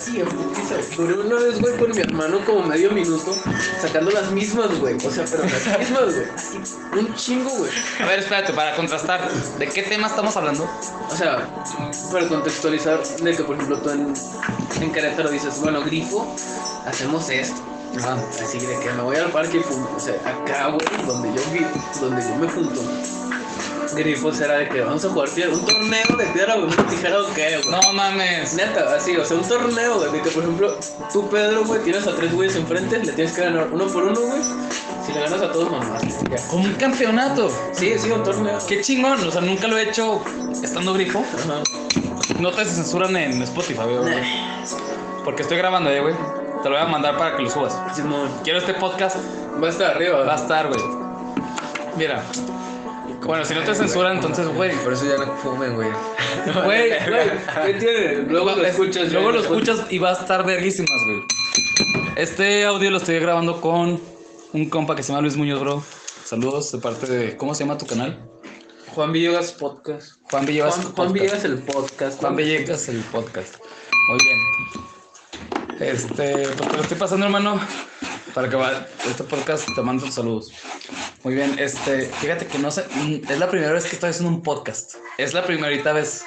así, en putiza. Duré una vez, güey, por mi hermano como medio minuto sacando las mismas, güey. O sea, pero las mismas, güey. Así, un chingo, güey. A ver, espérate, para contrastar, ¿de qué tema estamos hablando? O sea, para contextualizar, de que, por ejemplo, tú en, en Querétaro dices, bueno, grifo, hacemos esto. Ah, Ajá. Así de que me voy al parque y pum, o sea, acá, güey, donde yo vi, donde yo me junto. Grifos era de que vamos a jugar piedra, un torneo de piedra, güey, una tijera o qué, güey. No mames. Neta, así, o sea, un torneo, güey, de que por ejemplo, tú Pedro, güey, tienes a tres güeyes enfrente, le tienes que ganar uno por uno, güey. Si le ganas a todos, mamás. Ya. Como un campeonato. Sí, sí, un torneo. Qué chingón, o sea, nunca lo he hecho estando grifo. Ajá. No te censuran en Spotify, güey. Porque estoy grabando ahí, güey. Te lo voy a mandar para que lo subas. Simón. Quiero este podcast, Va a estar arriba, va a ¿verdad? estar, güey. Mira. Bueno, si no te censuran, entonces, güey. Por eso ya no fumen, güey. Güey, güey. ¿Qué tiene? Luego lo Es- escuchas. Luego güey, lo escuchas y va a estar verguísimas, güey. Este audio lo estoy grabando con un compa que se llama Luis Muñoz, bro. Saludos de parte de. ¿Cómo se llama tu canal? Juan Villegas Podcast. Juan Villegas. Juan, Juan Podcast. Villegas el podcast. Juan Villegas, el podcast. Muy bien. Este, pues te lo estoy pasando, hermano. Para que va este podcast te mando tus saludos. Muy bien, este, fíjate que no sé, mm, es la primera vez que estoy haciendo un podcast. Es la primerita vez.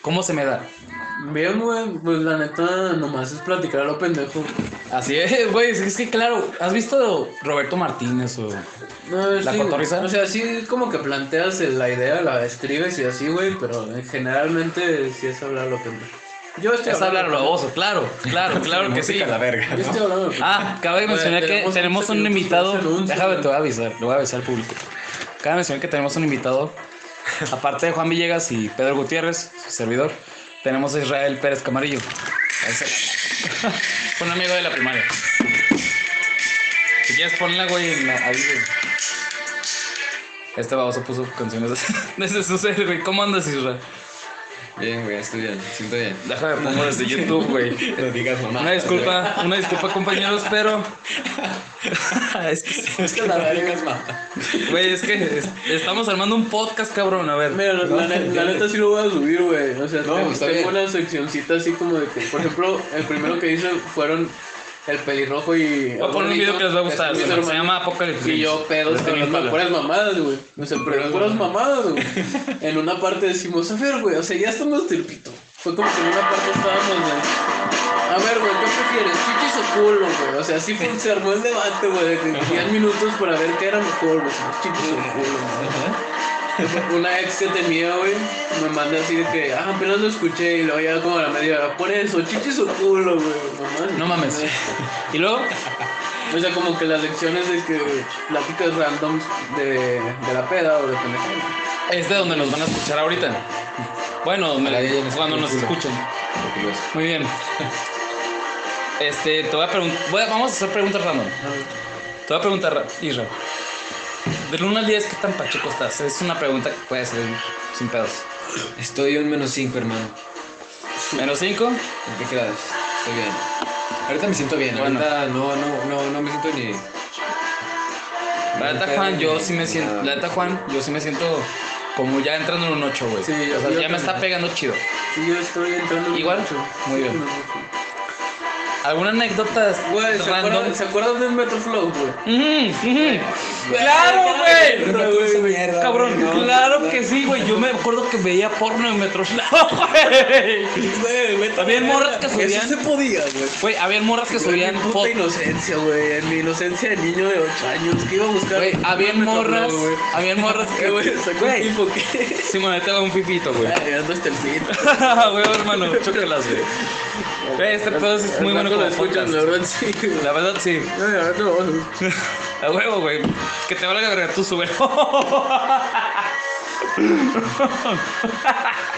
¿Cómo se me da? Bien, güey, pues la neta, nomás es platicar a lo pendejo. Así es, güey, es que claro, ¿has visto Roberto Martínez o No, ¿La sí, güey. cotorriza? O sea, sí como que planteas el- la idea, la escribes y así, güey, pero eh, generalmente sí es hablar a lo pendejo. Yo estoy es hablar baboso? Claro, claro, claro que sí. Música a la verga. Yo estoy hablando a lo pendejo. Ah, cabe de Bueno, mencionar que tenemos tenemos 11 un minutos invitado. para hacer un Déjame, segundo. te voy a avisar, lo voy a avisar al público. Cabe mencionar que tenemos un invitado. Aparte de Juan Villegas y Pedro Gutiérrez, su servidor, tenemos a Israel Pérez Camarillo. Ese- un amigo de la primaria. Si quieres ponla, güey, en la- ahí, güey. Este baboso puso canciones de- desde su ser, güey. ¿Cómo andas, Israel? Bien, güey, estoy bien. Siento bien. Déjame pongo desde YouTube, güey. No digas mamá. Una disculpa, una disculpa, compañeros, pero. es que sí. Es que la digas mamá. Güey, es que es- estamos armando un podcast, cabrón. A ver. Mira, la, la ne- la neta sí lo voy a subir, güey. O sea, No, tengo, está tengo bien. una seccioncita así como de que, por ejemplo, el primero que hice fueron el pelirrojo y. Voy a poner un video que les va a gustar. Mis Se hermanos. llama Apocalipsis. Y yo pedos Este con las mismo. ma- puras mamadas, güey. O sea, pero puras mamadas, güey. En una parte decimos, a ver, güey, o sea, ya estamos del pito. Fue como que en una parte estábamos, güey. A ver, güey, ¿qué prefieres? ¿Chichis o culo, güey? O sea, así fue, se armó el debate, güey, de 10 minutos para ver qué era mejor, güey, si los chichis o culo, güey. Una ex que tenía, güey, me manda así de que, ah, apenas lo escuché y luego ya como a la media hora, pon eso, chichis o culo, güey. mames. No mames. Y luego, O sea, como que las lecciones de que pláticas randoms de, de la peda o de pendejadas. es de donde nos van a escuchar ahorita. Bueno, donde- Ojalá ya nos cuando nos escuchen. escuchen. Muy bien. Este, te voy a preguntar. Vamos a hacer preguntas random. Te voy a preguntar, Isra. Del 1 al 10, ¿qué tan pacheco estás? Es una pregunta que puede ser sin pedos. Estoy un menos 5, hermano. Menos 5. ¿En qué quedas? Estoy bien. Ahorita me siento bien. Bueno. Ahorita no, no, no, no me siento ni. La neta, Juan, yo sí me siento. La neta, Juan, yo sí me siento como ya entrando en un 8, güey. Sí, o sea, yo ya me está también. pegando chido. Sí, yo estoy entrando. en Igual. mucho. Muy Sí, bien. no, ¿Alguna anécdota Güey, ¿se random? acuerdan, ¿se acuerdan del Metroflow, güey? Ujú, ujú. ¡Claro, güey! Claro, güey! Cabrón, No, claro no, que no. sí, güey. Yo me acuerdo que veía porno en Metroflow, güey. Güey, Metro Habían Flow, morras que güey, subían- Eso se podía, güey. Güey, había morras que Yo en mi subían puta fotos. inocencia, güey. En mi inocencia de niño de 8 años, que iba a buscar. Güey, habían Metro Flow, morras. güey. Habían morras Eh, que, güey, sacó un güey. tipo que. Simonete va un pipito, güey. Ay, ando hasta el pito. Güey, hermano, chócalas, güey. Güey, este pedo es muy bueno Al rato como lo escuchan, podcast. la verdad, sí. güey. La verdad, sí. No, la verdad, no. A huevo, güey. Que te valga verga tú sube.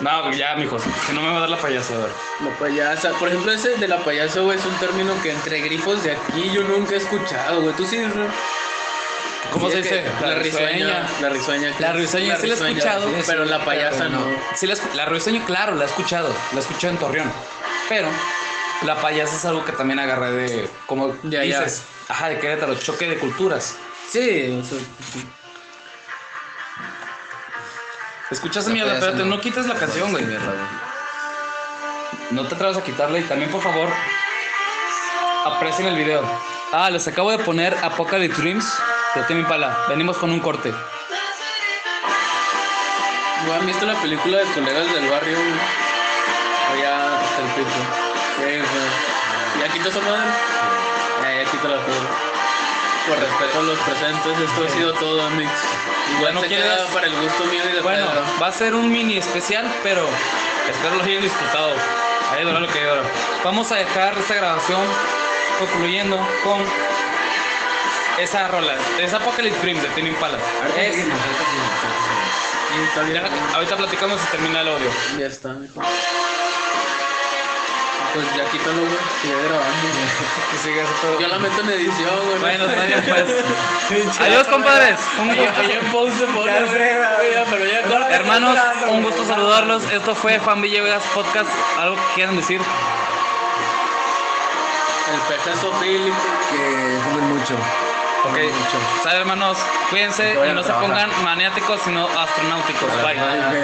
No, güey, ya, mijos. Que no me va a dar la payasada. La payasa, por ejemplo, ese de la payasa, güey, es un término que entre grifos de aquí yo nunca he escuchado, güey. Tú sí, Ra? ¿Cómo Sí, se es que dice? La risueña. La risueña. La risueña, sí la he risueña, escuchado. sí, Pero la payasa no. Sí, la, escu- la risueña, claro, la he escuchado. La he escuchado en Torreón. Pero la payasa es algo que también agarré de. Como De allá. dices. Ajá, de Querétaro, choque de culturas. Sí, o sea. Escuchaste La mierda, payasa espérate, no. no. quites la canción, güey. Mierda, güey. No te atrevas a quitarle y también, por favor, aprecien el video. Ah, les acabo de poner Apocalypse Dreams de Timmy Pala. Venimos con un corte. Güey, ¿Han visto la película de colegas del barrio? güey? O ya está el pito. Sí, güey. ¿Ya quitó esa madre? Ya, ya quitó la todo. Por respeto a los presentes, esto ha sido todo, Mix. Igual no no se quieres- queda para el gusto mío y de Bueno, Pedro. va a ser un mini especial, pero espero lo hayan disfrutado. Ahí dura lo que dura. Vamos a dejar esta grabación concluyendo con esa rola. Es Apocalypse Dreams de Timmy Pala. Ahorita Es- seguimos, ahorita seguimos, ahorita seguimos. Y está bien. Ya, ahorita platicamos y termina el audio. Ya está, mijo. Pues ya quítalo, güey. Sigue grabando. Que siga ese pedo. Yo la meto en edición, güey. Bueno, está bien, pues. Adiós, compadres. Un Oye, gusto. oye, pause, pause, Ya sé, güey. güey. Oye, pero ya corta. Hermanos, un gusto saludarlos. Esto fue Juan Villegas Podcast. ¿Algo que quieran decir? El pejazo Philip. Que fumen mucho. Ok. Sale, hermanos. Cuídense Vayan y no a se trabajar. pongan maniáticos, sino astronáuticos. Bye. Ay,